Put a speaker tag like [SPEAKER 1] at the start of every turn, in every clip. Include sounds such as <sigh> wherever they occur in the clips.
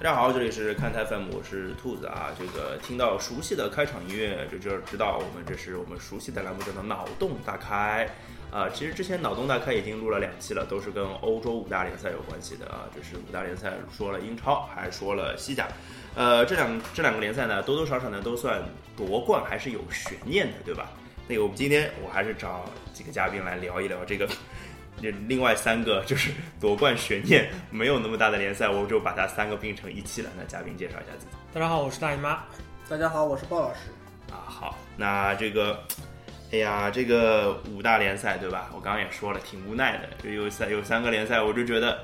[SPEAKER 1] 大家好，这里是看台 FM，我是兔子啊。这个听到熟悉的开场音乐，这就是知道我们这是我们熟悉的栏目，叫做脑洞大开啊、其实之前脑洞大开已经录了两期了，都是跟欧洲五大联赛有关系的啊。这是五大联赛，说了英超，还说了西甲。呃，这两这两个联赛呢，多多少少呢都算夺冠还是有悬念的，对吧？那个，我们今天我还是找几个嘉宾来聊一聊这个这另外三个就是夺冠悬念没有那么大的联赛，我就把它三个并成一期了。那嘉宾介绍一下自己
[SPEAKER 2] 大家好，我是大姨妈。
[SPEAKER 3] 大家好，我是鲍老师。
[SPEAKER 1] 啊，好，那这个，哎呀，这个五大联赛对吧？我刚刚也说了，挺无奈的，就有三有三个联赛，我就觉得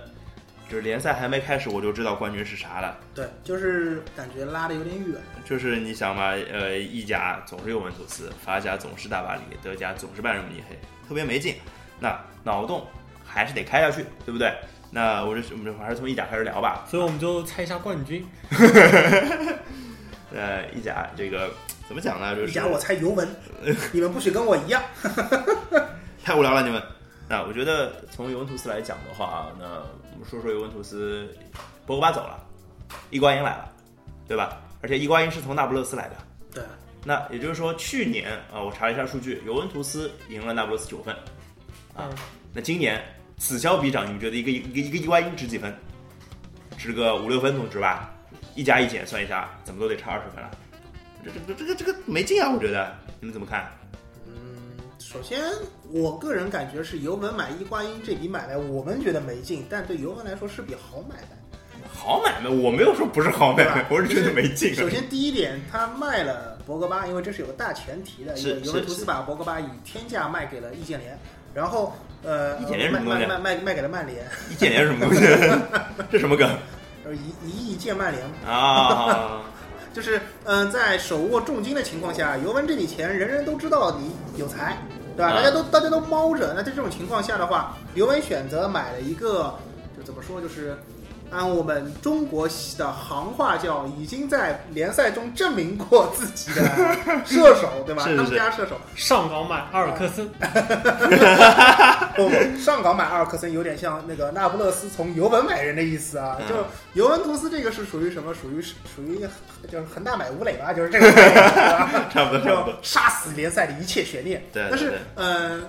[SPEAKER 1] 就是联赛还没开始，我就知道冠军是啥了。
[SPEAKER 3] 对，就是感觉拉的有点远。
[SPEAKER 1] 就是你想嘛，呃，意甲总是尤文图斯，法甲总是大巴黎，德甲总是拜仁慕尼黑，特别没劲。那脑洞还是得开下去，对不对？那我就我们还是从意甲开始聊吧。
[SPEAKER 2] 所以我们就猜一下冠军。
[SPEAKER 1] 呃，意甲这个怎么讲呢？就是
[SPEAKER 3] 一家我猜
[SPEAKER 1] <laughs>
[SPEAKER 3] 尤文，你们不许跟我一样。
[SPEAKER 1] 太无聊了，你们。那我觉得从尤文图斯来讲的话，那我们说说尤文图斯，博格巴走了，伊瓜因来了，对吧？而且伊瓜因是从那不勒斯来的。
[SPEAKER 3] 对，
[SPEAKER 1] 那也就是说，去年啊、呃我查了一下数据，尤文图斯赢了那不勒斯九分。
[SPEAKER 2] 嗯，
[SPEAKER 1] 那今年此消彼长，你们觉得一个一个一个伊瓜因值几分？值个五六分总值吧？一加一减算一下，怎么都得差二十分了。这这这个这个没劲啊，我觉得。你们怎么看？
[SPEAKER 3] 首先我个人感觉是尤文买伊瓜因这笔买卖，我们觉得没劲，但对尤文来说是笔好买卖。
[SPEAKER 1] 好买卖，我没有说不是好买卖
[SPEAKER 3] 对吧，
[SPEAKER 1] 我是觉得没劲。啊
[SPEAKER 3] 首先第一点，他卖了博格巴，因为这是有个大前提的，因
[SPEAKER 1] 是
[SPEAKER 3] 为尤文
[SPEAKER 1] 是
[SPEAKER 3] 图斯
[SPEAKER 1] 是
[SPEAKER 3] 把博格巴以天价卖给了易建联，然后呃，
[SPEAKER 1] 易建联是
[SPEAKER 3] 卖
[SPEAKER 1] 什么东西啊
[SPEAKER 3] 卖卖卖卖给了曼联， <laughs>
[SPEAKER 1] 一建联是什么东西？ <laughs> 这什么梗
[SPEAKER 3] 呃，一一亿见曼联嘛 <laughs>
[SPEAKER 1] 啊？
[SPEAKER 3] 就是嗯、呃在手握重金的情况下，尤文这笔钱人人都知道你有才，对吧？
[SPEAKER 1] 啊
[SPEAKER 3] 大家都大家都猫着。那在这种情况下的话，尤文选择买了一个，就怎么说，就是按我们中国的行话叫已经在联赛中证明过自
[SPEAKER 1] <laughs>
[SPEAKER 3] 己的射手，对吧？
[SPEAKER 1] 是是
[SPEAKER 3] 当家射手。
[SPEAKER 2] 上港买阿尔克森，
[SPEAKER 3] 不不，上港买阿尔克森有点像那个那不勒斯从尤文买人的意思啊，
[SPEAKER 1] 嗯
[SPEAKER 3] 就尤文图斯这个是属于什么？属于属于就是恒大买吴磊吧，就是这个概念。对吧
[SPEAKER 1] 差 <laughs> 不多差不
[SPEAKER 3] 要
[SPEAKER 1] 多。
[SPEAKER 3] 杀死联赛的一切悬念。
[SPEAKER 1] 对对
[SPEAKER 3] 但是
[SPEAKER 1] 对
[SPEAKER 3] 呃，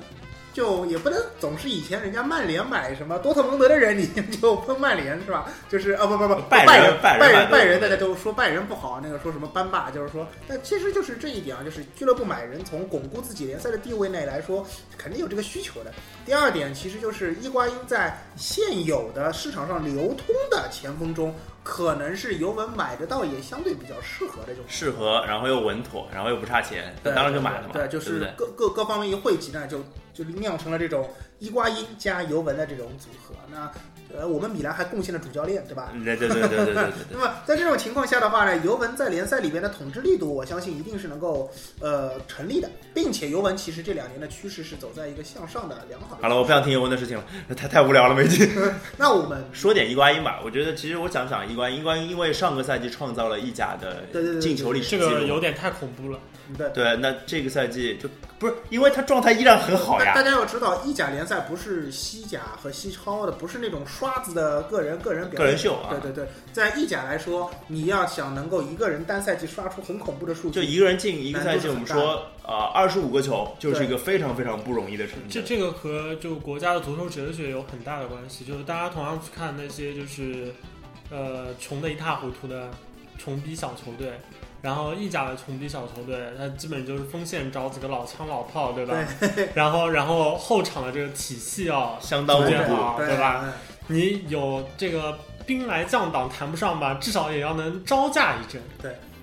[SPEAKER 3] 就也不能总是以前人家曼联买什么多特蒙德的人，你就喷曼联是吧？就是啊不不不，
[SPEAKER 1] 拜
[SPEAKER 3] 拜
[SPEAKER 1] 仁拜
[SPEAKER 3] 拜
[SPEAKER 1] 仁拜
[SPEAKER 3] 仁
[SPEAKER 1] 仁
[SPEAKER 3] 拜仁，大家都说拜仁不好，那个说什么班霸，就是说，但其实就是这一点啊，就是俱乐部买人从巩固自己联赛的地位内来说，肯定有这个需求的。第二点其实就是伊瓜因在现有的市场上流通的前锋中，可能是尤文买得到也相对比较适合的这种。
[SPEAKER 1] 适合，然后又稳妥，然后又不差钱，那
[SPEAKER 3] 对
[SPEAKER 1] 当然就买了嘛。
[SPEAKER 3] 对，就
[SPEAKER 1] 不
[SPEAKER 3] 是
[SPEAKER 1] 对
[SPEAKER 3] 各各各方面一汇集呢，就就酿成了这种伊瓜因加尤文的这种组合。那呃，我们米兰还贡献了主教练，对吧？
[SPEAKER 1] 嗯对对对对对对对 <laughs>
[SPEAKER 3] 那么在这种情况下的话呢，尤文在联赛里边的统治力度，我相信一定是能够呃成立的，并且尤文其实这两年的趋势是走在一个向上的良好
[SPEAKER 1] 好
[SPEAKER 3] 的。
[SPEAKER 1] 了，我不想听尤文的事情了， <laughs> 太太无聊了，没劲。 <laughs>
[SPEAKER 3] 那我们
[SPEAKER 1] 说点伊瓜因吧，我觉得其实我想想伊瓜因，伊瓜因因为上个赛季创造了意甲的
[SPEAKER 3] 对对对
[SPEAKER 1] 进球历史
[SPEAKER 2] 这
[SPEAKER 1] 记录，
[SPEAKER 2] 个有点太恐怖了。
[SPEAKER 3] 嗯对
[SPEAKER 1] 对，那这个赛季就不是因为他状态依然很好
[SPEAKER 3] 大大
[SPEAKER 1] 呀，
[SPEAKER 3] 家要知道，意甲联赛不是西甲和西超的，不是那种刷子的个人个人表
[SPEAKER 1] 个人
[SPEAKER 3] 演。
[SPEAKER 1] 秀啊
[SPEAKER 3] 对，对对，在意甲来说，你要想能够一个人单赛季刷出很恐怖的数
[SPEAKER 1] 就
[SPEAKER 3] 据，
[SPEAKER 1] 一个人进一个赛季，我
[SPEAKER 3] 难
[SPEAKER 1] 们
[SPEAKER 3] 度很大
[SPEAKER 1] 说啊，二十五个球就是一个非常非常不容易的成绩
[SPEAKER 2] 这。这个和就国家的足球哲学有很大的关系。就是大家同样去看那些就是呃穷的一塌糊涂的穷逼小球队，然后意甲的穷逼小球队，它基本就是锋线找几个老枪老炮，对吧？然后然后后场的这个体系啊，
[SPEAKER 1] 相当
[SPEAKER 2] 逐
[SPEAKER 1] 稳
[SPEAKER 2] 渐
[SPEAKER 1] 固，
[SPEAKER 2] 好，对吧？？
[SPEAKER 3] 嗯
[SPEAKER 2] 你有这个兵来将挡谈不上吧，至少也要能招架一阵。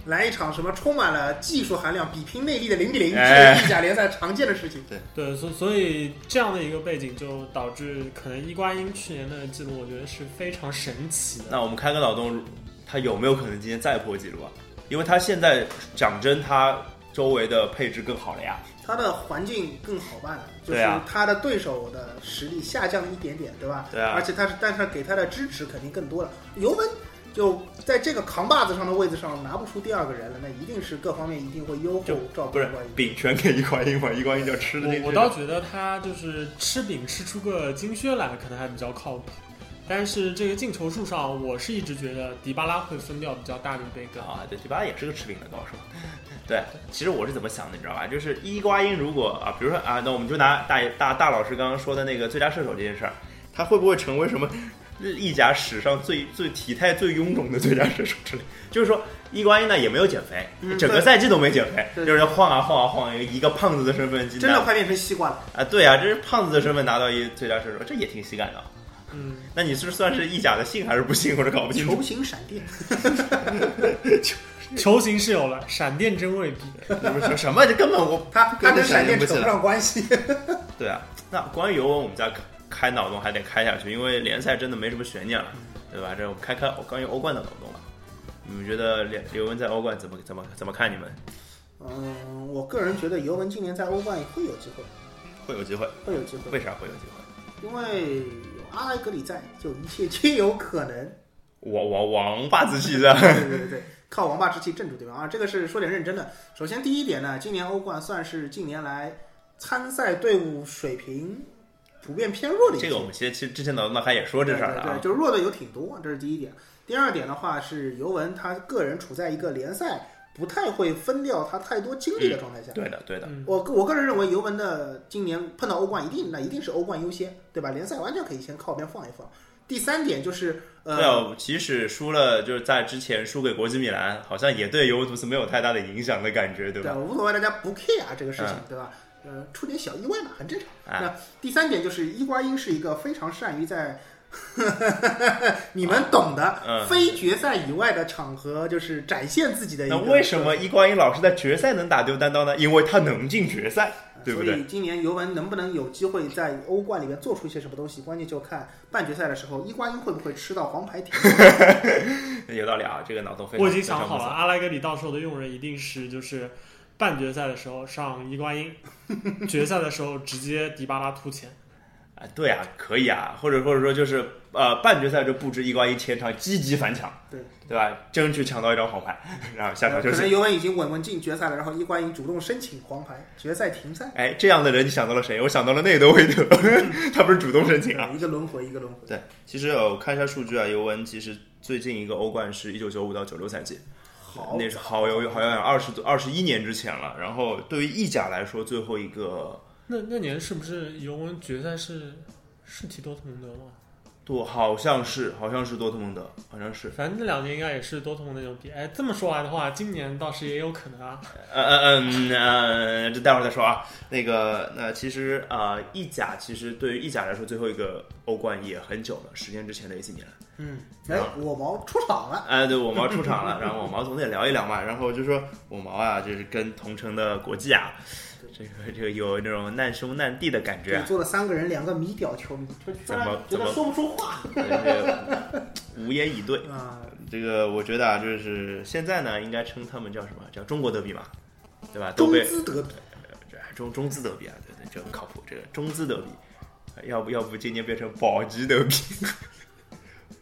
[SPEAKER 3] 来一场什么充满了技术含量、比拼内力的零比零，
[SPEAKER 1] 哎
[SPEAKER 3] 这是意甲联赛常见的事情。
[SPEAKER 2] 对，所所以这样的一个背景就导致可能伊瓜因去年的记录，我觉得是非常神奇的。
[SPEAKER 1] 那我们开个脑洞，他有没有可能今天再破纪录啊？因为他现在讲真，他周围的配置更好了呀。
[SPEAKER 3] 他的环境更好办了，就
[SPEAKER 1] 对
[SPEAKER 3] 是
[SPEAKER 1] 啊
[SPEAKER 3] 他的对手的实力下降一点点，对吧？
[SPEAKER 1] 对啊
[SPEAKER 3] 而且他是，但是给他的支持肯定更多了。尤文就在这个扛把子上的位置上拿不出第二个人了，那一定是各方面一定会优
[SPEAKER 1] 就
[SPEAKER 3] 厚照顾
[SPEAKER 1] 不是
[SPEAKER 3] 关系。
[SPEAKER 1] 饼全给一块一嘛，一块一就吃的这
[SPEAKER 2] 我
[SPEAKER 1] 个。
[SPEAKER 2] 我倒觉得他就是吃饼吃出个金靴来，可能还比较靠谱。但是这个进球数上，我是一直觉得迪巴拉会分掉比较大的一杯羹。
[SPEAKER 1] 啊，对，迪巴拉也是个吃饼的高手。 <laughs> 对，其实我是怎么想的，你知道吧？就是伊瓜因如果啊，比如说啊，那我们就拿大大大老师刚刚说的那个最佳射手这件事儿，他会不会成为什么 <laughs> 意甲史上最最体态最臃肿的最佳射手之类？就是说，伊瓜因呢也没有减肥，
[SPEAKER 3] 嗯
[SPEAKER 1] 整个赛季都没减肥，
[SPEAKER 3] 对
[SPEAKER 1] 就是晃啊晃啊晃啊，一个胖子的身份，今天
[SPEAKER 3] 真的快变成西瓜了。
[SPEAKER 1] 啊，对啊，这是胖子的身份拿到一最佳射手，这也挺喜感的。啊
[SPEAKER 2] 嗯，
[SPEAKER 1] 那你是算是意甲的幸还是不幸，我都搞不清楚
[SPEAKER 3] 球。形闪电，
[SPEAKER 2] 球形是有了，闪电真未必。
[SPEAKER 1] 你们说什么？这根本我
[SPEAKER 3] 他他跟闪电
[SPEAKER 1] 不
[SPEAKER 3] 扯
[SPEAKER 1] 起
[SPEAKER 3] 不
[SPEAKER 1] 来。
[SPEAKER 3] 上关系。 <laughs>
[SPEAKER 1] 对啊，那关于尤文，我们再开脑洞还得开下去，因为联赛真的没什么悬念了，对吧？这我们开开关于欧冠的脑洞吧。你们觉得联尤文在欧冠怎么怎么怎么看？你们
[SPEAKER 3] 嗯，我个人觉得尤文今年在欧冠会有机会，
[SPEAKER 1] 会有机会？
[SPEAKER 3] 会有机会，
[SPEAKER 1] 为啥会有机会？
[SPEAKER 3] 因为有阿莱格里在，就一切皆有可能。
[SPEAKER 1] 王王王霸之气在，
[SPEAKER 3] 对对对对，靠王霸之气镇住对方啊！这个是说点认真的。首先第一点呢，今年欧冠算是近年来参赛队伍水平普遍偏弱的
[SPEAKER 1] <laughs>
[SPEAKER 3] 一
[SPEAKER 1] 这
[SPEAKER 3] 届
[SPEAKER 1] 个我们其实其实之前脑洞大开也说这事儿了
[SPEAKER 3] 对对
[SPEAKER 1] 啊
[SPEAKER 3] 对，。就是弱的有挺多，这是第一点。第二点的话是尤文他个人处在一个联赛不太会分掉他太多精力的状态下。
[SPEAKER 1] 对的，对的，
[SPEAKER 2] 嗯，
[SPEAKER 3] 我个我个人认为，尤文的今年碰到欧冠一定那一定是欧冠优先，对吧？联赛完全可以先靠边放一放。第三点就是
[SPEAKER 1] 对
[SPEAKER 3] 呃，
[SPEAKER 1] 啊，即使输了，就是在之前输给国际米兰，好像也对尤文图斯没有太大的影响的感觉，对
[SPEAKER 3] 对啊
[SPEAKER 1] 吧？
[SPEAKER 3] 无所谓，大家不 care 啊这个事情
[SPEAKER 1] 嗯，
[SPEAKER 3] 对吧？呃，出点小意外嘛，很正常。
[SPEAKER 1] 啊，
[SPEAKER 3] 那第三点就是伊瓜因是一个非常善于在 <laughs> 你们懂的、
[SPEAKER 1] 嗯
[SPEAKER 3] 非决赛以外的场合，就是展现自己的一个。
[SPEAKER 1] 那为什么伊瓜因老师在决赛能打丢单刀呢？因为他能进决赛，对不
[SPEAKER 3] 所
[SPEAKER 1] 对？
[SPEAKER 3] 以今年尤文能不能有机会在欧冠里面做出一些什么东西，关键就看半决赛的时候伊瓜因会不会吃到黄牌停。
[SPEAKER 1] 有道理啊，这个脑洞非常。
[SPEAKER 2] 我已经想好
[SPEAKER 1] 非常
[SPEAKER 2] 了，
[SPEAKER 1] 不错
[SPEAKER 2] 阿莱格里到时候的用人一定是就是半决赛的时候上伊瓜因，决赛的时候直接迪巴拉突前。
[SPEAKER 1] 啊，对啊，可以啊，或者或者说就是呃，半决赛就布置伊瓜因前场积极反抢，
[SPEAKER 3] 对
[SPEAKER 1] 对吧？争取抢到一张黄牌，然后下场
[SPEAKER 3] 呃可
[SPEAKER 1] 休
[SPEAKER 3] 能
[SPEAKER 1] 息。
[SPEAKER 3] 尤文已经稳稳进决赛了，然后伊瓜因主动申请黄牌，决赛停赛，
[SPEAKER 1] 哎，这样的人你想到了谁？我想到了内德维德， <laughs> 他不是主动申请啊。
[SPEAKER 3] 一个轮回一个轮回。
[SPEAKER 1] 对， <laughs> 其实呃我看一下数据啊，尤文其实最近一个欧冠是一九九五到九六赛季，
[SPEAKER 3] 好，
[SPEAKER 1] 那是好有好像二十二十一年之前了。然后对于意甲来说，最后一个
[SPEAKER 2] 那那年是不是尤文决赛是是踢多特蒙德吗？
[SPEAKER 1] 多好像是好像是多特蒙德，好像是，
[SPEAKER 2] 反正这两年应该也是多特蒙德牛逼。哎，这么说来的话，今年倒是也有可能啊。
[SPEAKER 1] 呃呃嗯呃，这待会儿再说啊。那个那其实啊、呃意甲其实对于意甲来说，最后一个欧冠也很久了，十年之前的 AC 米兰。
[SPEAKER 3] 嗯，哎，我毛出场了，
[SPEAKER 1] 哎，对，我毛出场了，然后我毛总得聊一聊嘛，然后就说我毛啊，就是跟同城的国际啊，这个这个有那种难兄难弟的感觉
[SPEAKER 3] 对，
[SPEAKER 1] 啊，
[SPEAKER 3] 做了三个人，两个迷屌球迷， <laughs> 就突然觉
[SPEAKER 1] 怎么怎
[SPEAKER 3] 得
[SPEAKER 1] 么
[SPEAKER 3] 说不出话
[SPEAKER 1] 就是无言以对。
[SPEAKER 3] 啊。
[SPEAKER 1] 这个我觉得啊，就是现在呢，应该称他们叫什么？叫中国德比嘛，对吧？都
[SPEAKER 3] 中
[SPEAKER 1] 被
[SPEAKER 3] 资德比，
[SPEAKER 1] 这中中资德比啊，对对，这个靠谱，这个中资德比，呃要不要不今年变成保级德比， <laughs>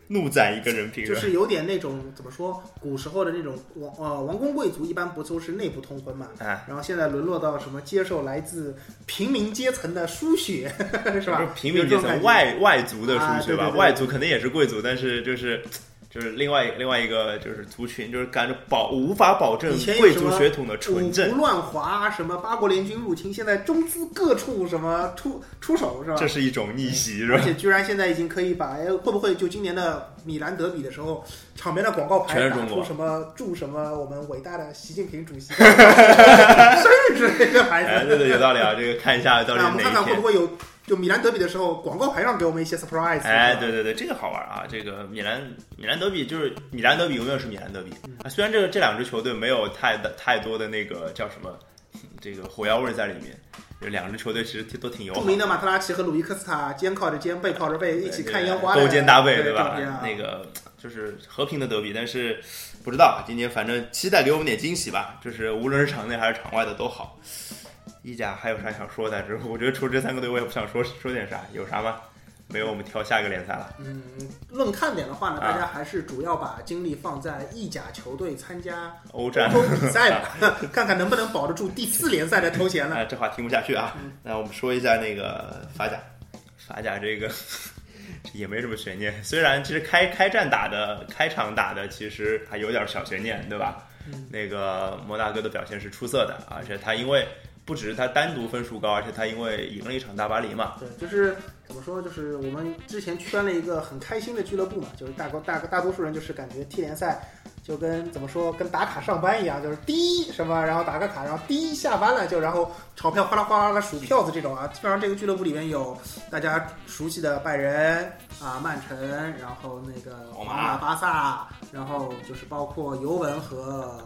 [SPEAKER 1] 怒斩一个人品
[SPEAKER 3] 就
[SPEAKER 1] 吧
[SPEAKER 3] 是有点那种怎么说，古时候的那种王呃王公贵族，一般不都是内部通婚嘛？
[SPEAKER 1] 哎，
[SPEAKER 3] 然后现在沦落到什么接受来自平民阶层的输血， <laughs> 是吧
[SPEAKER 1] 不？平民阶
[SPEAKER 3] 有这种感
[SPEAKER 1] 层
[SPEAKER 3] 觉
[SPEAKER 1] 外外族的
[SPEAKER 3] 啊
[SPEAKER 1] 输血
[SPEAKER 3] 对对
[SPEAKER 1] 吧，
[SPEAKER 3] 对对
[SPEAKER 1] 外族肯定也是贵族，但是就是就是另外另外一个就是族群，就是感觉保无法保证
[SPEAKER 3] 以前有
[SPEAKER 1] 贵
[SPEAKER 3] 什
[SPEAKER 1] 族
[SPEAKER 3] 么
[SPEAKER 1] 血统的
[SPEAKER 3] 五
[SPEAKER 1] 纯
[SPEAKER 3] 胡
[SPEAKER 1] 正，
[SPEAKER 3] 乱华，啊什么八国联军入侵，现在中资各处什么出出手是吧？
[SPEAKER 1] 这是一种逆袭，是
[SPEAKER 3] 而
[SPEAKER 1] 吧？ <laughs>
[SPEAKER 3] 且居然现在已经可以把，哎，会不会就今年的米兰德比的时候，场边的广告
[SPEAKER 1] 全
[SPEAKER 3] 牌
[SPEAKER 1] 是
[SPEAKER 3] 打
[SPEAKER 1] 中国
[SPEAKER 3] 出什么祝什么我们伟大的习近平主席 <laughs> 生日之类的牌
[SPEAKER 1] 哎，
[SPEAKER 3] 子？
[SPEAKER 1] 对对，有道理啊，这个看一下到底
[SPEAKER 3] 那我
[SPEAKER 1] 哪
[SPEAKER 3] 们看看
[SPEAKER 1] 一
[SPEAKER 3] 会
[SPEAKER 1] 天
[SPEAKER 3] 不。会有，就米兰德比的时候，广告牌上给我们一些 surprise。
[SPEAKER 1] 哎，对对对，这个好玩啊！这个米兰米兰德比就是米兰德比永远是米兰德比
[SPEAKER 3] 嗯
[SPEAKER 1] 啊，虽然这个这两支球队没有太的太多的那个叫什么这个火药味在里面，这两支球队其实都挺友好
[SPEAKER 3] 著
[SPEAKER 1] 的。
[SPEAKER 3] 名的马特拉齐和鲁伊科斯塔肩靠着肩，背靠着背，一起看烟花的，
[SPEAKER 1] 勾肩搭背，
[SPEAKER 3] 对啊
[SPEAKER 1] 吧？那
[SPEAKER 3] 那
[SPEAKER 1] 个就是和平的德比，但是不知道今年反正期待给我们点惊喜吧，就是无论是场内还是场外的都好。意甲还有啥想说的？这我觉得除了这三个队，我也不想说说点啥，有啥吗？没有，我们挑下一个联赛了。
[SPEAKER 3] 嗯，论看点的话呢，
[SPEAKER 1] 啊
[SPEAKER 3] 大家还是主要把精力放在意甲球队参加
[SPEAKER 1] 欧
[SPEAKER 3] 欧
[SPEAKER 1] 战
[SPEAKER 3] 洲比赛吧， <laughs> 看看能不能保得住第四联赛的头衔了。
[SPEAKER 1] 哎，这话听不下去啊。那我们说一下那个法甲，法甲这个也没什么悬念。虽然其实开开战打的开场打的其实还有点小悬念，对吧？
[SPEAKER 2] 嗯
[SPEAKER 1] 那个摩纳哥的表现是出色的，而且他因为不只是他单独分数高，而且他因为赢了一场大巴黎嘛，
[SPEAKER 3] 对，就是怎么说，就是我们之前圈了一个很开心的俱乐部嘛，就是大高大大多数人就是感觉踢联赛就跟怎么说，跟打卡上班一样，就是滴什么，然后打个卡，然后滴下班了就然后钞票哗啦哗啦的数票子这种啊。基本上这个俱乐部里面有大家熟悉的拜仁啊、曼城，然后那个
[SPEAKER 1] 皇
[SPEAKER 3] 皇
[SPEAKER 1] 马
[SPEAKER 3] 马、巴萨，然后就是包括尤文和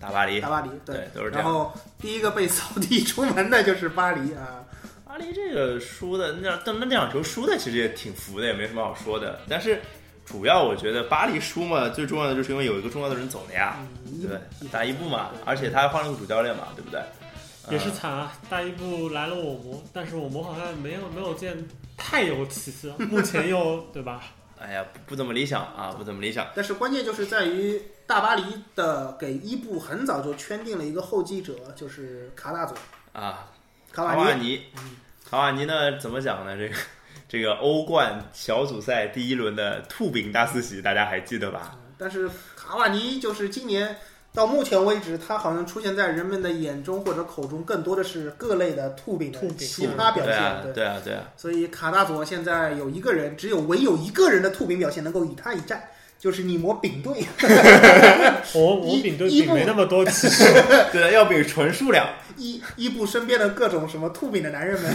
[SPEAKER 1] 大巴黎
[SPEAKER 3] 大，巴黎，
[SPEAKER 1] 对，都是这
[SPEAKER 3] 然
[SPEAKER 1] 样。
[SPEAKER 3] 后第一个被扫地出门的就是巴黎啊。
[SPEAKER 1] 巴黎这个输的那但那两球输的其实也挺服的，也没什么好说的。但是主要我觉得巴黎输嘛，最重要的就是因为有一个重要的人走了呀，
[SPEAKER 3] 嗯，
[SPEAKER 1] 对，打一步嘛
[SPEAKER 3] 对，
[SPEAKER 1] 而且他还换了个主教练嘛，对不对？
[SPEAKER 2] 也是
[SPEAKER 1] 嗯
[SPEAKER 2] 惨啊！大一部来了我魔，但是我魔好像没有没有见太有起色，目前又对吧？
[SPEAKER 1] 哎呀，不不怎么理想啊，不怎么理想。
[SPEAKER 3] 但是关键就是在于大巴黎的给伊布很早就圈定了一个后继者，就是卡大佐
[SPEAKER 1] 啊，
[SPEAKER 3] 卡
[SPEAKER 1] 卡
[SPEAKER 3] 瓦
[SPEAKER 1] 瓦
[SPEAKER 3] 尼。
[SPEAKER 1] 尼，卡瓦尼呢？怎么讲呢？这个 <laughs> 这个欧冠小组赛第一轮的兔饼大四喜，大家还记得吧？
[SPEAKER 3] 但是卡瓦尼就是今年到目前为止，他好像出现在人们的眼中或者口中更多的是各类的兔饼的
[SPEAKER 2] 兔饼
[SPEAKER 3] 奇葩表
[SPEAKER 1] 对啊
[SPEAKER 3] 现。，
[SPEAKER 1] 对啊，对啊，
[SPEAKER 3] 所以卡大佐现在有一个人，只有唯有一个人的兔饼表现能够与他一战，就是你魔丙队。
[SPEAKER 2] 我
[SPEAKER 3] <laughs>
[SPEAKER 2] 我
[SPEAKER 3] 伊
[SPEAKER 2] 丙对
[SPEAKER 3] 伊
[SPEAKER 2] 丙
[SPEAKER 3] 布
[SPEAKER 2] 没那么多起色， <laughs>
[SPEAKER 1] 对啊，要比纯数量。
[SPEAKER 3] 伊伊布身边的各种什么兔饼的
[SPEAKER 1] <laughs>
[SPEAKER 3] 男人们，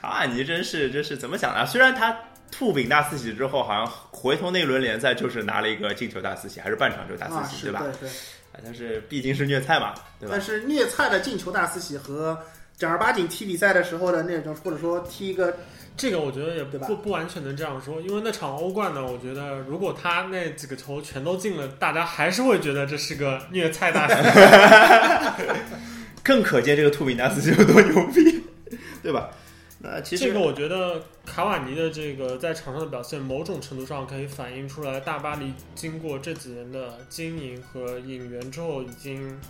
[SPEAKER 1] 卡瓦尼真是真是怎么讲啊？虽然他兔饼大四喜之后，好像回头那一轮联赛就是拿了一个进球大四喜，还是半场球大
[SPEAKER 3] 啊，
[SPEAKER 1] 四喜，
[SPEAKER 3] 是
[SPEAKER 1] 吧？
[SPEAKER 3] 对。
[SPEAKER 1] 哎但是毕竟是虐菜嘛，对吧
[SPEAKER 3] 但？是虐菜的进球大四喜和正儿八经踢比赛的时候的那种，或者说踢一个
[SPEAKER 2] 这个我觉得也不
[SPEAKER 3] 对吧
[SPEAKER 2] 不不完全能这样说，因为那场欧冠呢，我觉得如果他那几个球全都进了，大家还是会觉得这是个虐菜大赛。
[SPEAKER 1] 更可见这个兔饼大四喜有多牛逼， <laughs> 对吧？那其实
[SPEAKER 2] 这个我觉得卡瓦尼的这个在场上的表现，某种程度上可以反映出来，大巴黎经过这几年的经营和引援之后，已经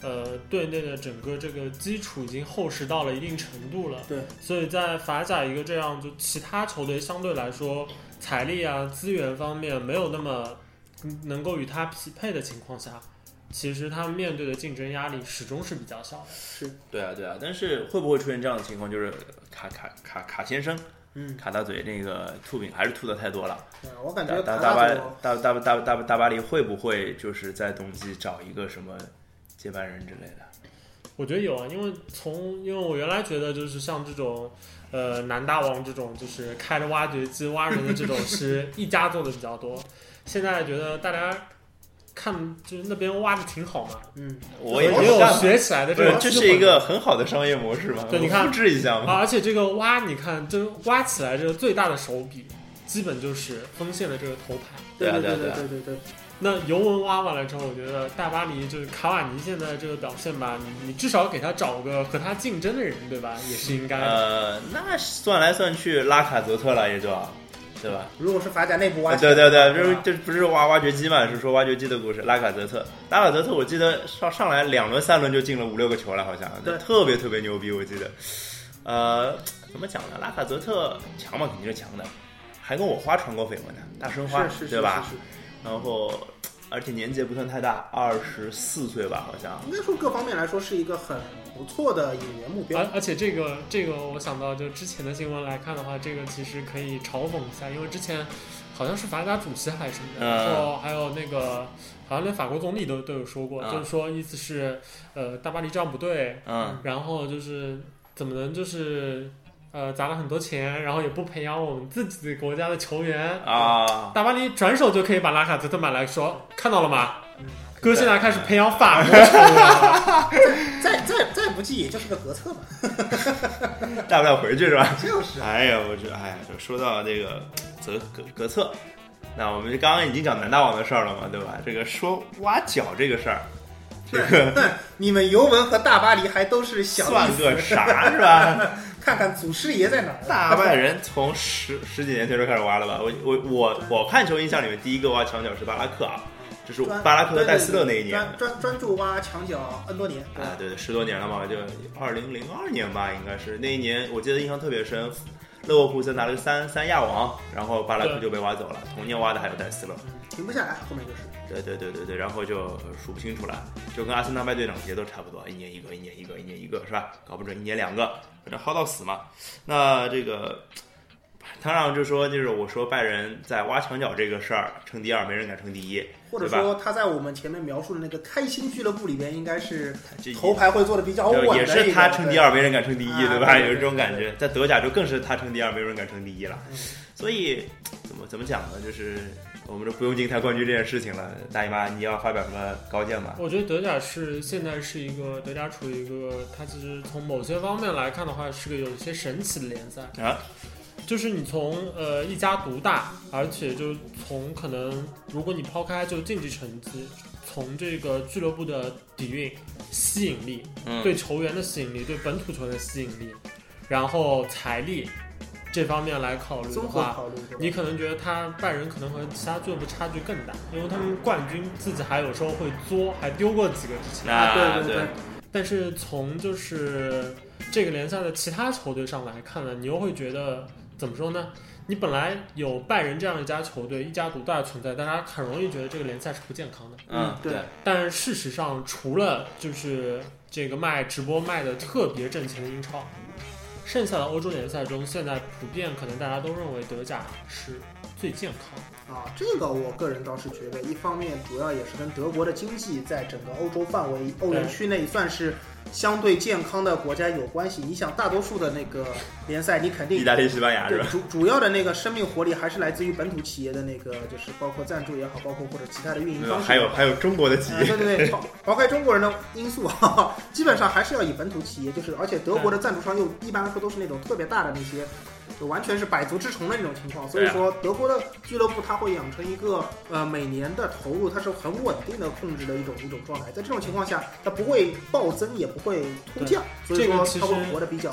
[SPEAKER 2] 呃队内的整个这个基础已经厚实到了一定程度了。
[SPEAKER 3] 对，
[SPEAKER 2] 所以在法甲一个这样，就其他球队相对来说财力啊资源方面没有那么能够与他匹配的情况下，其实他们面对的竞争压力始终是比较小的。
[SPEAKER 3] 是
[SPEAKER 1] 对啊，对啊，但是会不会出现这样的情况，就是卡卡卡卡先生
[SPEAKER 3] 嗯，
[SPEAKER 1] 卡大嘴那个吐饼还是吐的太多了？
[SPEAKER 3] 对我感
[SPEAKER 1] 大
[SPEAKER 3] 觉
[SPEAKER 1] 大
[SPEAKER 3] 卡
[SPEAKER 1] 大巴
[SPEAKER 3] 佐
[SPEAKER 1] 大大大大大巴黎会不会就是在冬季找一个什么接班人之类的？
[SPEAKER 2] 我觉得有啊，因为从因为我原来觉得就是像这种，呃，南大王这种就是开着挖掘机挖人的这种是一家做的比较多，现在觉得大家看就是那边挖的挺好嘛，
[SPEAKER 3] 嗯，
[SPEAKER 1] 我
[SPEAKER 2] 也
[SPEAKER 1] 也
[SPEAKER 3] 没
[SPEAKER 2] 有
[SPEAKER 1] 干
[SPEAKER 2] 学起来的
[SPEAKER 1] 不
[SPEAKER 2] 这
[SPEAKER 1] 是
[SPEAKER 2] 种，
[SPEAKER 1] 这是一个很好的商业模式嘛？
[SPEAKER 2] 对
[SPEAKER 1] 我
[SPEAKER 2] 你看
[SPEAKER 1] 复制一下嘛？
[SPEAKER 2] 啊，而且这个挖你看就是挖起来这个最大的手笔，基本就是锋线的这个头牌。
[SPEAKER 1] 对
[SPEAKER 3] 对
[SPEAKER 1] 啊
[SPEAKER 3] 对
[SPEAKER 1] 对啊
[SPEAKER 3] 对对对，
[SPEAKER 2] 那尤文挖完了之后，我觉得大巴黎就是卡瓦尼现在这个表现吧，你你至少给他找个和他竞争的人，对吧？也是应该的。
[SPEAKER 1] 呃，那算来算去拉卡泽特了，也就啊对吧？
[SPEAKER 3] 如果是法甲内部挖啊起来，
[SPEAKER 1] 啊呃对对对，这
[SPEAKER 3] 对
[SPEAKER 1] 不这不是挖挖掘机嘛？是说挖掘机的故事。拉卡泽特，拉卡泽特，我记得上上来两轮、三轮就进了五六个球了，好像
[SPEAKER 3] 对
[SPEAKER 1] 特别特别牛逼，我记得。呃，怎么讲呢？拉卡泽特强嘛，肯定是强的，还跟我花传过绯闻呢，大申花
[SPEAKER 3] 是是是
[SPEAKER 1] 对吧？
[SPEAKER 3] 是是
[SPEAKER 1] 然后，而且年纪也不算太大，二十四岁吧，好像。
[SPEAKER 3] 应该说各方面来说是一个很不错的引援目标
[SPEAKER 2] 而。而且这个这个，我想到就之前的新闻来看的话，这个其实可以嘲讽一下，因为之前好像是法甲主席还是什么的，
[SPEAKER 1] 嗯
[SPEAKER 2] 然后还有那个好像连法国总理都都有说过，
[SPEAKER 1] 嗯
[SPEAKER 2] 就是说意思是呃大巴黎这样不对，
[SPEAKER 1] 嗯，
[SPEAKER 2] 然后就是怎么能就是呃砸了很多钱，然后也不培养我们自己国家的球
[SPEAKER 3] 嗯
[SPEAKER 2] 员，
[SPEAKER 1] 啊，
[SPEAKER 2] 大巴黎转手就可以把拉卡泽特买来说，看到了吗
[SPEAKER 3] 嗯？
[SPEAKER 2] 哥现在开始培养法
[SPEAKER 1] <laughs>
[SPEAKER 2] 国球员了。
[SPEAKER 3] 再再再不济，也就是个格策嘛。
[SPEAKER 1] 大不了回去是吧？
[SPEAKER 3] 就是，
[SPEAKER 1] 哎呀，我这哎呀，就说到这个泽格格策，那我们刚刚已经讲南大王的事儿了嘛，对吧？这个说挖角这个事儿，这个
[SPEAKER 3] 你们尤文和大巴黎还都是小
[SPEAKER 1] <laughs> 算
[SPEAKER 3] 意思，
[SPEAKER 1] 个啥是吧？
[SPEAKER 3] 看看祖师爷在哪儿。
[SPEAKER 1] <laughs> 大半人从十十几年前就开始挖了吧？我我我我看球印象里面第一个挖墙角是巴拉克啊，这是
[SPEAKER 3] 专
[SPEAKER 1] 巴拉克和
[SPEAKER 3] 对对
[SPEAKER 1] 戴斯勒那一
[SPEAKER 3] 对
[SPEAKER 1] 年。
[SPEAKER 3] 专专专注挖墙角 N 多年，对
[SPEAKER 1] 啊
[SPEAKER 3] 吧，？
[SPEAKER 1] 对对，十多年了嘛，就二零零二年吧，应该是那一年，我记得印象特别深。勒沃库森拿了个三三亚王，然后巴拉克就被挖走了。同年挖的还有戴斯勒，
[SPEAKER 3] 停不下来，后面就
[SPEAKER 1] 对
[SPEAKER 3] 是
[SPEAKER 1] 对对对对，然后就呃数不清楚了，就跟阿森纳麦队长节奏差不多，一年一个，一年一个，一年一个，是吧？搞不准一年两个，反正薅到死嘛。那这个，当然就说就是我说拜仁在挖墙角这个事儿，称第二没人敢称第一，
[SPEAKER 3] 或者
[SPEAKER 1] 对吧
[SPEAKER 3] 说他在我们前面描述的那个开心俱乐部里边，应该是
[SPEAKER 1] 这
[SPEAKER 3] 头牌会做的比较稳的
[SPEAKER 1] 就也是他称第
[SPEAKER 3] 二，
[SPEAKER 1] 二，没人敢称第一，
[SPEAKER 3] 啊
[SPEAKER 1] 对吧？
[SPEAKER 3] 对对
[SPEAKER 1] 有这种感
[SPEAKER 3] 对
[SPEAKER 1] 觉，在德甲就更是他称第二，没有人敢称第一了
[SPEAKER 3] 嗯。
[SPEAKER 1] 所以怎么怎么讲呢？就是我们就不用惊叹冠军这件事情了。大姨妈，你要发表什么高见吗？
[SPEAKER 2] 我觉得德甲是现在是一个德甲处于一个，它其实从某些方面来看的话，是个有一些神奇的联赛。
[SPEAKER 1] 啊，
[SPEAKER 2] 就是你从呃一家独大，而且就从可能如果你抛开就竞技成绩，从这个俱乐部的底蕴、吸引力、
[SPEAKER 1] 嗯，
[SPEAKER 2] 对球员的吸引力、对本土球员的吸引力，然后财力这方面来考虑的
[SPEAKER 3] 综合
[SPEAKER 2] 话，
[SPEAKER 3] 考虑对吧
[SPEAKER 2] 你可能觉得他拜仁可能和其他俱乐部差距更大，因为他们冠军自己还有时候会作，还丢过几个之前。
[SPEAKER 1] 啊
[SPEAKER 3] 对对
[SPEAKER 1] 对，
[SPEAKER 2] 但是从就是这个联赛的其他球队上来看呢，你又会觉得怎么说呢？你本来有拜仁这样一家球队一家独大的存在，大家很容易觉得这个联赛是不健康的。
[SPEAKER 1] 嗯，
[SPEAKER 3] 对
[SPEAKER 2] 但事实上，除了就是这个卖直播卖的特别挣钱的英超，剩下的欧洲联赛中，现在普遍可能大家都认为德甲是最健康的。
[SPEAKER 3] 啊，这个我个人倒是觉得，一方面主要也是跟德国的经济在整个欧洲范围、欧元区内算是相对健康的国家有关系。你想，大多数的那个联赛，你肯定
[SPEAKER 1] 意大利、西班牙是
[SPEAKER 3] 对
[SPEAKER 1] 吧？
[SPEAKER 3] 主主要的那个生命活力还是来自于本土企业的那个，就是包括赞助也好，包括或者其他的运营
[SPEAKER 1] 没有，
[SPEAKER 3] 方式
[SPEAKER 1] 还
[SPEAKER 3] 也
[SPEAKER 1] 有
[SPEAKER 3] 好。
[SPEAKER 1] 还有中国的企
[SPEAKER 3] 呃
[SPEAKER 1] 业，
[SPEAKER 3] 对对对，刨刨开中国人的因素，哈哈，基本上还是要以本土企业，就是而且德国的赞助商又一般来说都是那种特别大的那些，就完全是百足之虫的那种情况。所以
[SPEAKER 1] 对啊
[SPEAKER 3] 说，德国的俱乐部它会养成一个呃每年的投入，它是很稳定的控制的一种一种状态。在这种情况下，它不会暴增，也不会突降，所以
[SPEAKER 2] 这
[SPEAKER 3] 说
[SPEAKER 2] 个其
[SPEAKER 3] 它会
[SPEAKER 2] 实
[SPEAKER 3] 活得比较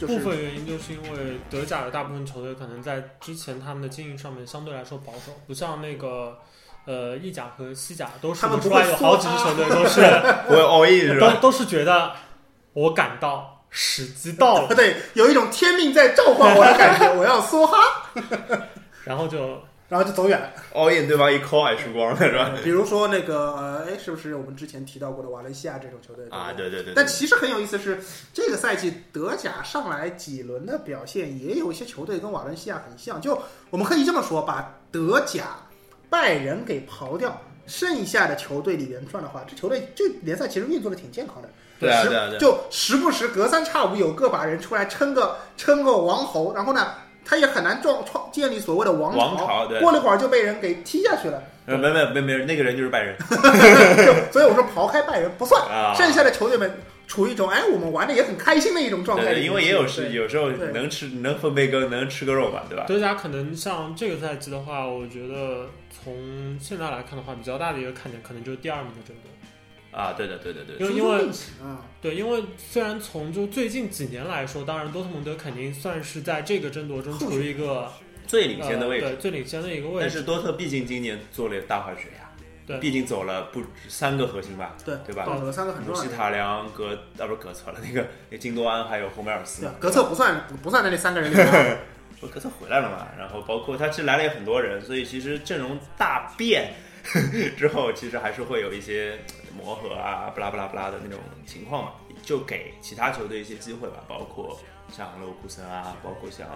[SPEAKER 3] 就是
[SPEAKER 2] 部分原因就是因为德甲的大部分球队可能在之前他们的经营上面相对来说保守，不像那个呃意甲和西甲都是
[SPEAKER 3] 他们不
[SPEAKER 2] 出
[SPEAKER 3] 会
[SPEAKER 2] 来有好几支球
[SPEAKER 1] <laughs>
[SPEAKER 2] 队都是
[SPEAKER 1] 我有 all in 是吧？
[SPEAKER 2] 都都是觉得我赶到时机到了，
[SPEAKER 3] 啊， <laughs> 对，有一种天命在召唤我的感觉，我要梭哈，
[SPEAKER 2] 然后
[SPEAKER 1] <laughs>
[SPEAKER 2] 就
[SPEAKER 3] 然后就走远了。
[SPEAKER 1] all in 对方一抠，哎，输光了是吧？
[SPEAKER 3] 比如说那个呃，哎，是不是我们之前提到过的瓦伦西亚这种球队
[SPEAKER 1] 啊，。对对对，
[SPEAKER 3] 但其实很有意思是，这个赛季德甲上来几轮的表现，也有一些球队跟瓦伦西亚很像。就我们可以这么说，把德甲拜仁给刨掉，剩下的球队里边转的话，这球队这联赛其实运作的挺健康的。
[SPEAKER 1] 对啊
[SPEAKER 3] 时
[SPEAKER 1] 对啊对啊
[SPEAKER 3] 就时不时隔三差五有个把人出来称个称个王侯，然后呢，他也很难创创建立所谓的王朝。
[SPEAKER 1] 王朝对
[SPEAKER 3] 过了一会儿就被人给踢下去了。
[SPEAKER 1] 呃没没没没，那个人就是拜仁，
[SPEAKER 3] <laughs> 就所以我说刨开拜仁不算，
[SPEAKER 1] 啊
[SPEAKER 3] 剩下的球队们处于一种哎我们玩的也很开心的一种状态
[SPEAKER 1] 对
[SPEAKER 3] 里
[SPEAKER 1] 对，
[SPEAKER 3] 面。
[SPEAKER 1] 因为也有是有时候
[SPEAKER 3] 对
[SPEAKER 1] 能吃能分杯羹，能吃个肉嘛，对吧？
[SPEAKER 2] 德甲可能像这个赛季的话，我觉得从现在来看的话，比较大的一个看点可能就是第二名的争夺，
[SPEAKER 1] 啊，对的对的对的，
[SPEAKER 2] 因为
[SPEAKER 3] 足
[SPEAKER 2] 因
[SPEAKER 3] 球
[SPEAKER 2] 为
[SPEAKER 3] 运气啊，
[SPEAKER 2] 对，因为虽然从就最近几年来说，当然多特蒙德肯定算是在这个争夺中处于一个
[SPEAKER 1] 最领先的位置。
[SPEAKER 3] 啊
[SPEAKER 2] 呃对最领先的一个位
[SPEAKER 1] 但
[SPEAKER 2] 置。
[SPEAKER 1] 是多特毕竟今年做了大换血呀，
[SPEAKER 2] 对
[SPEAKER 1] 毕竟走了不止三个核心吧，
[SPEAKER 3] 对
[SPEAKER 1] 对吧？
[SPEAKER 3] 到了三个很
[SPEAKER 1] 姆
[SPEAKER 3] 重要
[SPEAKER 1] 希
[SPEAKER 3] 的。
[SPEAKER 1] 塔良、格啊不是格策了，那个那金多安还有侯梅尔斯
[SPEAKER 3] 对，，格策不算不算在那三个人里面，啊
[SPEAKER 1] 说哎格策回来了嘛，然后包括他其实来了也很多人，所以其实阵容大变 <laughs> 之后，其实还是会有一些磨合啊，不拉不拉不拉的那种情况嘛，就给其他球队一些机会吧，包括像勒沃库森啊，包括像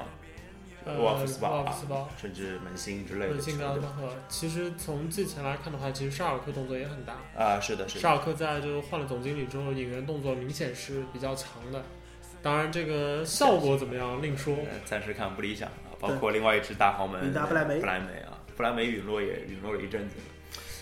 [SPEAKER 2] 呃
[SPEAKER 1] 沃尔夫斯堡
[SPEAKER 2] 沃尔
[SPEAKER 1] 啊
[SPEAKER 2] 夫斯堡、
[SPEAKER 1] 甚至门兴啊之类的
[SPEAKER 2] 瑞
[SPEAKER 1] 球
[SPEAKER 2] 幸
[SPEAKER 1] 队
[SPEAKER 2] 格拉斯赫，其实从季前来看的话，其实沙尔克动作也很大。
[SPEAKER 1] 啊，是的，是的，
[SPEAKER 2] 沙尔克在就换了总经理之后，引援动作明显是比较强的。当然，这个效果怎么样另说。
[SPEAKER 1] 呃暂时看不理想啊，包括另外一支大豪门
[SPEAKER 3] 云达不莱梅
[SPEAKER 1] 不莱梅啊，不莱梅陨落也陨落了一阵子，
[SPEAKER 3] <laughs>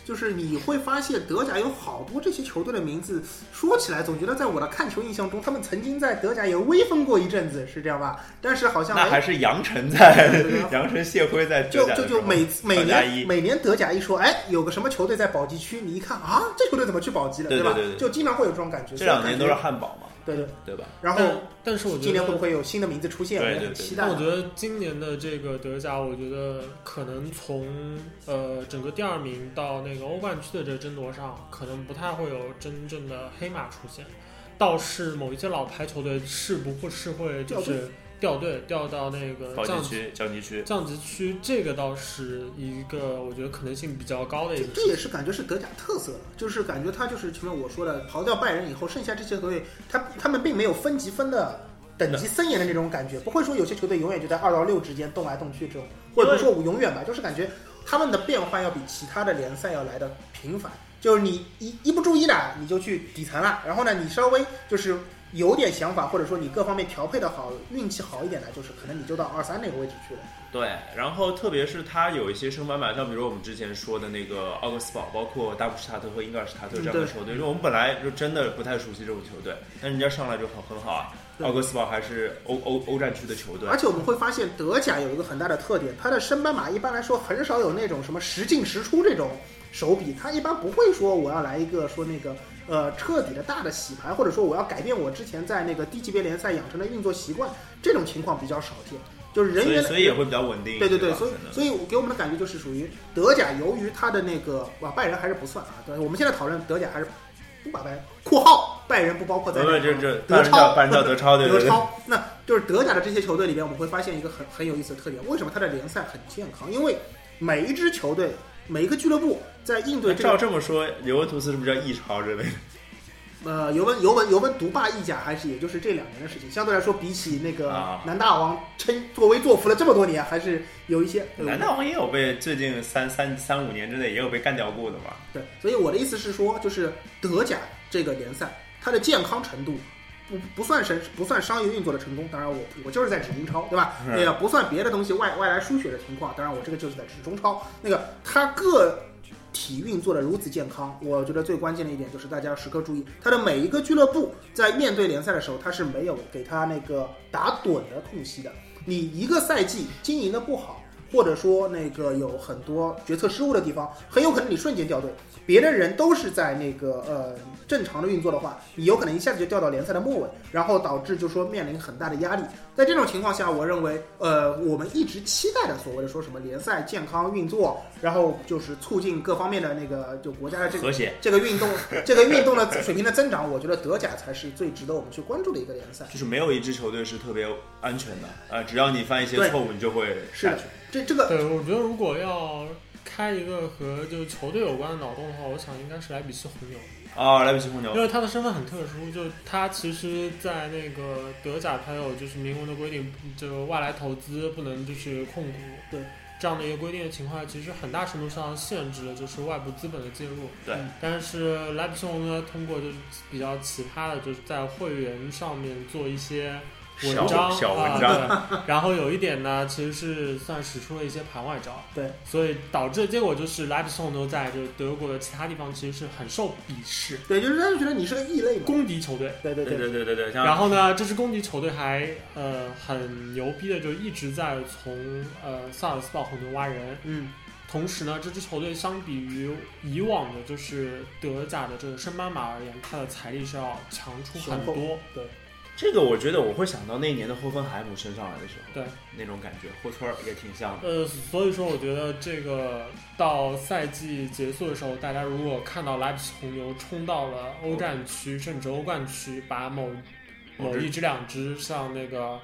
[SPEAKER 3] 就是你会发现德甲有好多这些球队的名字，说起来总觉得在我的看球印象中，他们曾经在德甲也微风过一阵子，是这样吧？但是好像
[SPEAKER 1] 那
[SPEAKER 3] 哎
[SPEAKER 1] 还是杨晨在
[SPEAKER 3] <laughs> 对对对，
[SPEAKER 1] 杨晨谢辉在
[SPEAKER 3] 就
[SPEAKER 1] 浙江
[SPEAKER 3] 就
[SPEAKER 1] 的时
[SPEAKER 3] 就
[SPEAKER 1] 候
[SPEAKER 3] 每每
[SPEAKER 1] 德甲
[SPEAKER 3] 年
[SPEAKER 1] 一
[SPEAKER 3] 每年德甲一说，哎，有个什么球队在保级区，你一看啊，这球队怎么去保级了，
[SPEAKER 1] 对
[SPEAKER 3] 吧
[SPEAKER 1] 对对？对
[SPEAKER 3] 就经常会有这种感觉。
[SPEAKER 1] 这两年都
[SPEAKER 3] 所以
[SPEAKER 1] 是
[SPEAKER 3] 感觉
[SPEAKER 1] 汉堡嘛，
[SPEAKER 3] 对对，
[SPEAKER 1] 对吧？
[SPEAKER 3] 然后
[SPEAKER 2] 但但是我觉
[SPEAKER 3] 今年会不
[SPEAKER 2] 得，
[SPEAKER 3] 会有新的名字出现？我
[SPEAKER 1] 对
[SPEAKER 3] 也
[SPEAKER 1] 对
[SPEAKER 3] 很
[SPEAKER 1] 对
[SPEAKER 3] 期待啊
[SPEAKER 2] 但。我觉得今年的这个德甲，我觉得可能从呃整个第二名到那个欧冠区的这个争夺上，可能不太会有真正的黑马出现，倒是某一些老牌球队是不会是会就
[SPEAKER 3] 掉队
[SPEAKER 2] 是掉队，掉到那个
[SPEAKER 1] 保
[SPEAKER 2] 降
[SPEAKER 1] 级区、降级区，
[SPEAKER 2] 降级区，这个倒是一个我觉得可能性比较高的一
[SPEAKER 3] 这
[SPEAKER 2] 个
[SPEAKER 3] 这也是感觉是德甲特色了，就是感觉他就是前面我说的，刨掉拜仁以后，剩下这些球队，他他们并没有分级分的等级森严的那种感觉，不会说有些球队永远就在二到六之间动来动去这种，或者不说永远吧，就是感觉他们的变换要比其他的联赛要来的频繁，就是你一一不注意呢，你就去底层了，然后呢，你稍微就是。有点想法，或者说你各方面调配的好，运气好一点呢，就是可能你就到二三那个位置去了。
[SPEAKER 1] 对，然后特别是他有一些升班马，像比如我们之前说的那个奥格斯堡，包括达姆施塔特和英格尔施塔特这样的
[SPEAKER 3] 嗯对
[SPEAKER 1] 球队，因为我们本来就真的不太熟悉这种球队，但人家上来就很很好啊。
[SPEAKER 3] 对
[SPEAKER 1] 奥格斯堡还是欧欧欧战区的球队
[SPEAKER 3] 而，且我们会发现德甲有一个很大的特点，它的升班马一般来说很少有那种什么十进十出这种手笔，它一般不会说我要来一个说那个呃彻底的大的洗牌，或者说我要改变我之前在那个低级别联赛养成的运作习惯，这种情况比较少见。就是人
[SPEAKER 1] 所以
[SPEAKER 3] 员的
[SPEAKER 1] 所以也会比较稳定。
[SPEAKER 3] 对对对，
[SPEAKER 1] 吧
[SPEAKER 3] 所以
[SPEAKER 1] 可能
[SPEAKER 3] 所以我给我们的感觉就是属于德甲，由于它的那个哇拜仁还是不算啊，对，我们现在讨论德甲还是不把拜仁（括号拜仁不包括在内
[SPEAKER 1] 不
[SPEAKER 3] 啊
[SPEAKER 1] 是这这
[SPEAKER 3] 德超
[SPEAKER 1] 搬到德超对
[SPEAKER 3] 德
[SPEAKER 1] 对对，
[SPEAKER 3] 超，那就是德甲的这些球队里边，我们会发现一个很很有意思的特点，为什么它的联赛很健康？因为每一支球队、每一个俱乐部在应对这
[SPEAKER 1] <laughs> 照
[SPEAKER 3] 个
[SPEAKER 1] 这么说，尤文图斯是不是叫意超之类的？
[SPEAKER 3] 呃尤文尤文尤文独霸意甲，还是也就是这两年的事情。相对来说，比起那个
[SPEAKER 1] 啊
[SPEAKER 3] 南大王称作威作福了这么多年，还是有一些有一些
[SPEAKER 1] 南大王也有被最近三三三五年之内也有被干掉过的嘛？
[SPEAKER 3] 对，所以我的意思是说，就是德甲这个联赛，它的健康程度不不算神不算商业运作的成功，当然我我就是在指英超，对吧？
[SPEAKER 1] 嗯
[SPEAKER 3] 那个不算别的东西外外来输血的情况，当然我这个就是在指中超。那个它各体运作的如此健康，我觉得最关键的一点就是大家要时刻注意，它的每一个俱乐部在面对联赛的时候，它是没有给他那个打盹的空隙的。你一个赛季经营的不好，或者说那个有很多决策失误的地方，很有可能你瞬间掉队。别的人都是在那个呃正常的运作的话，你有可能一下子就掉到联赛的末尾，然后导致就说面临很大的压力。在这种情况下，我认为呃我们一直期待的所谓的说什么联赛健康运作，然后就是促进各方面的那个就国家的这个
[SPEAKER 1] 和谐，
[SPEAKER 3] 这个运动这个运动的水平的增长，我觉得德甲才是最值得我们去关注的一个联赛。
[SPEAKER 1] 就是没有一支球队是特别安全的啊、呃只要你犯一些
[SPEAKER 3] 对
[SPEAKER 1] 错误，你就会
[SPEAKER 3] 是
[SPEAKER 1] 下
[SPEAKER 3] 的
[SPEAKER 1] 去。，
[SPEAKER 3] 这这个
[SPEAKER 2] 对，我觉得如果要开一个和就是球队有关的脑洞的话，我想应该是莱比锡红牛，
[SPEAKER 1] 哦，莱比锡红牛
[SPEAKER 2] 因为他的身份很特殊，就他其实，在那个德甲他有就是明文的规定，就外来投资不能就是控股，
[SPEAKER 3] 对
[SPEAKER 2] 这样的一个规定的情况下，其实很大程度上限制了就是外部资本的介入。
[SPEAKER 1] 对
[SPEAKER 2] 嗯但是莱比锡红牛通过就是比较奇葩的，就是在会员上面做一些。文
[SPEAKER 1] 小
[SPEAKER 2] 章
[SPEAKER 1] 小文章，
[SPEAKER 2] 啊对然后有一点呢，其实是算使出了一些盘外招，
[SPEAKER 3] 对，
[SPEAKER 2] 所以导致的结果就是莱比锡红牛在就是德国的其他地方其实是很受鄙视，
[SPEAKER 3] 对，就是让人觉得你是个异类嘛。
[SPEAKER 2] 公敌球队。
[SPEAKER 3] 对对
[SPEAKER 1] 对
[SPEAKER 3] 对，
[SPEAKER 1] 对对对对，像
[SPEAKER 2] 然后呢，这支公敌球队还呃很牛逼的，就一直在从呃萨尔斯堡红牛挖人。
[SPEAKER 3] 嗯，
[SPEAKER 2] 同时呢，这支球队相比于以往的，就是德甲的这个升班马而言，它的财力是要强出很
[SPEAKER 3] 雄
[SPEAKER 2] 多。
[SPEAKER 3] 对，
[SPEAKER 1] 这个我觉得我会想到那一年的霍芬海姆升上来的时候，
[SPEAKER 2] 对
[SPEAKER 1] 那种感觉，霍村儿也挺像的。
[SPEAKER 2] 呃，所以说我觉得这个到赛季结束的时候，大家如果看到莱比锡红牛冲到了欧战区，甚至欧冠区，把某某一支、两支像那个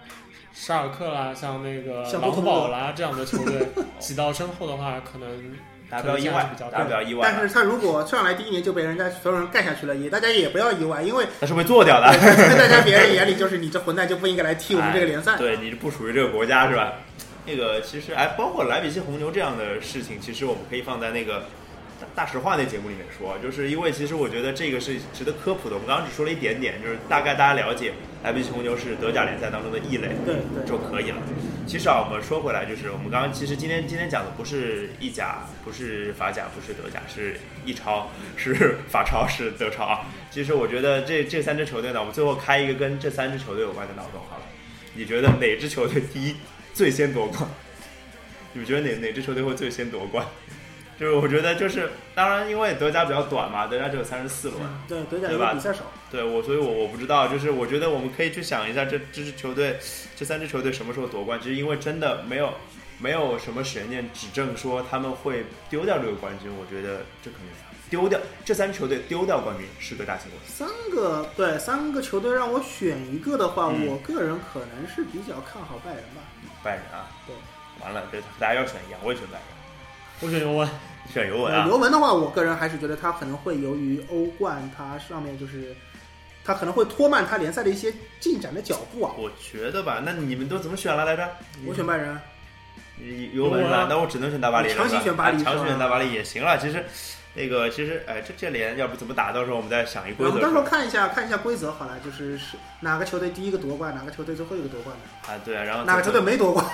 [SPEAKER 2] 沙尔克啦，像那个
[SPEAKER 3] 像多特
[SPEAKER 2] 狼
[SPEAKER 3] 蒙德
[SPEAKER 2] 堡啦这样的球队挤到身后的话，可能
[SPEAKER 1] 大家不要意外
[SPEAKER 2] 可能性还是比，较
[SPEAKER 1] 大家不要意外，啊
[SPEAKER 3] 但是他如果上来第一年就被人家所有人干下去了，也大家也不要意外，因为
[SPEAKER 1] 他是会做掉的。
[SPEAKER 3] 在大家别人眼里就是你这混蛋就不应该来踢我们这个联赛。
[SPEAKER 1] <laughs> 哎对，你是不属于这个国家是吧？那个其实哎，包括莱比锡红牛这样的事情，其实我们可以放在那个大大实话那节目里面说，就是因为其实我觉得这个是值得科普的。我们刚刚只说了一点点，就是大概大家了解莱比锡红牛是德甲联赛当中的异类
[SPEAKER 3] 对对
[SPEAKER 1] 就可以了。其实啊，我们说回来，就是我们刚刚其实今天今天讲的不是意甲，不是法甲，不是德甲，是意超， <laughs> 是法超，是德超啊。其实我觉得这这三支球队呢，我们最后开一个跟这三支球队有关的脑洞好了。你觉得哪支球队第一最先夺冠？ <laughs> 你们觉得哪哪支球队会最先夺冠？就是我觉得就是，当然因为德甲比较短嘛，德甲只有三十四轮，
[SPEAKER 3] 嗯对，德甲
[SPEAKER 1] 对
[SPEAKER 3] 因
[SPEAKER 1] 吧
[SPEAKER 3] 为比赛少，
[SPEAKER 1] 对我，所以我我不知道，就是我觉得我们可以去想一下这这支球队，这三支球队什么时候夺冠，就是因为真的没有没有什么悬念指证说他们会丢掉这个冠军，我觉得这可能丢掉这三支球队丢掉冠军是个大新闻。
[SPEAKER 3] 三个对三个球队让我选一个的话，
[SPEAKER 1] 嗯
[SPEAKER 3] 我个人可能是比较看好拜仁吧。
[SPEAKER 1] 拜仁啊，
[SPEAKER 3] 对，
[SPEAKER 1] 完了，这大家要选一样，我也选拜仁，
[SPEAKER 2] 我选尤文，
[SPEAKER 1] 选尤文
[SPEAKER 3] 呃
[SPEAKER 1] 啊，
[SPEAKER 3] 尤文的话，我个人还是觉得他可能会由于欧冠，它上面就是他可能会拖慢他联赛的一些进展的脚步啊。
[SPEAKER 1] 我觉得吧，那你们都怎么选了来着？
[SPEAKER 3] 我选拜仁，
[SPEAKER 1] 尤文是吧？那我只能选大巴黎了，
[SPEAKER 3] 啊强行
[SPEAKER 1] 是吧
[SPEAKER 3] 选巴黎
[SPEAKER 1] 啊强行
[SPEAKER 3] 是吧
[SPEAKER 1] 选大巴黎也行了。其实，那个其实，哎，这这联要不怎么打？到时候我们再想一
[SPEAKER 3] 我
[SPEAKER 1] 规
[SPEAKER 3] 们到时候
[SPEAKER 1] 则
[SPEAKER 3] 看一下看一下规则好了，就是是哪个球队第一个夺冠，哪个球队最后一个夺冠的，
[SPEAKER 1] 啊。对，然后
[SPEAKER 3] 哪个球队没夺冠。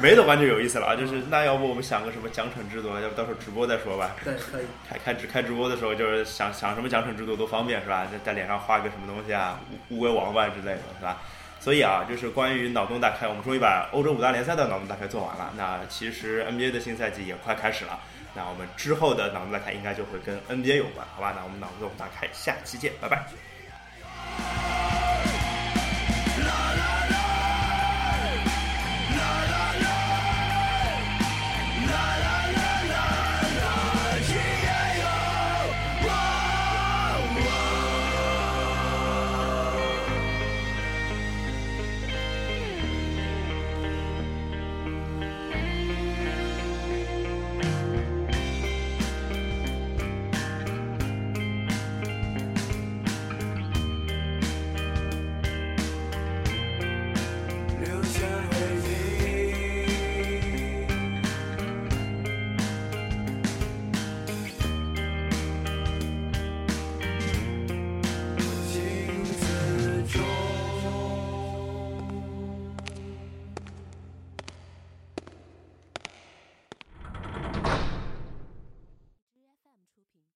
[SPEAKER 1] 没夺冠就有意思了啊。就是那要不我们想个什么奖惩制度啊？要不到时候直播再说吧。
[SPEAKER 3] 对，可以。
[SPEAKER 1] 开开直开直播的时候，就是想想什么奖惩制度都方便是吧？在在脸上画个什么东西啊，乌乌龟王八之类的是吧？所以啊，就是关于脑洞大开，我们终于把欧洲五大联赛的脑洞大开做完了。那其实 NBA 的新赛季也快开始了，那我们之后的脑洞大开应该就会跟 NBA 有关，好吧？那我们脑洞大开，下期见，拜拜。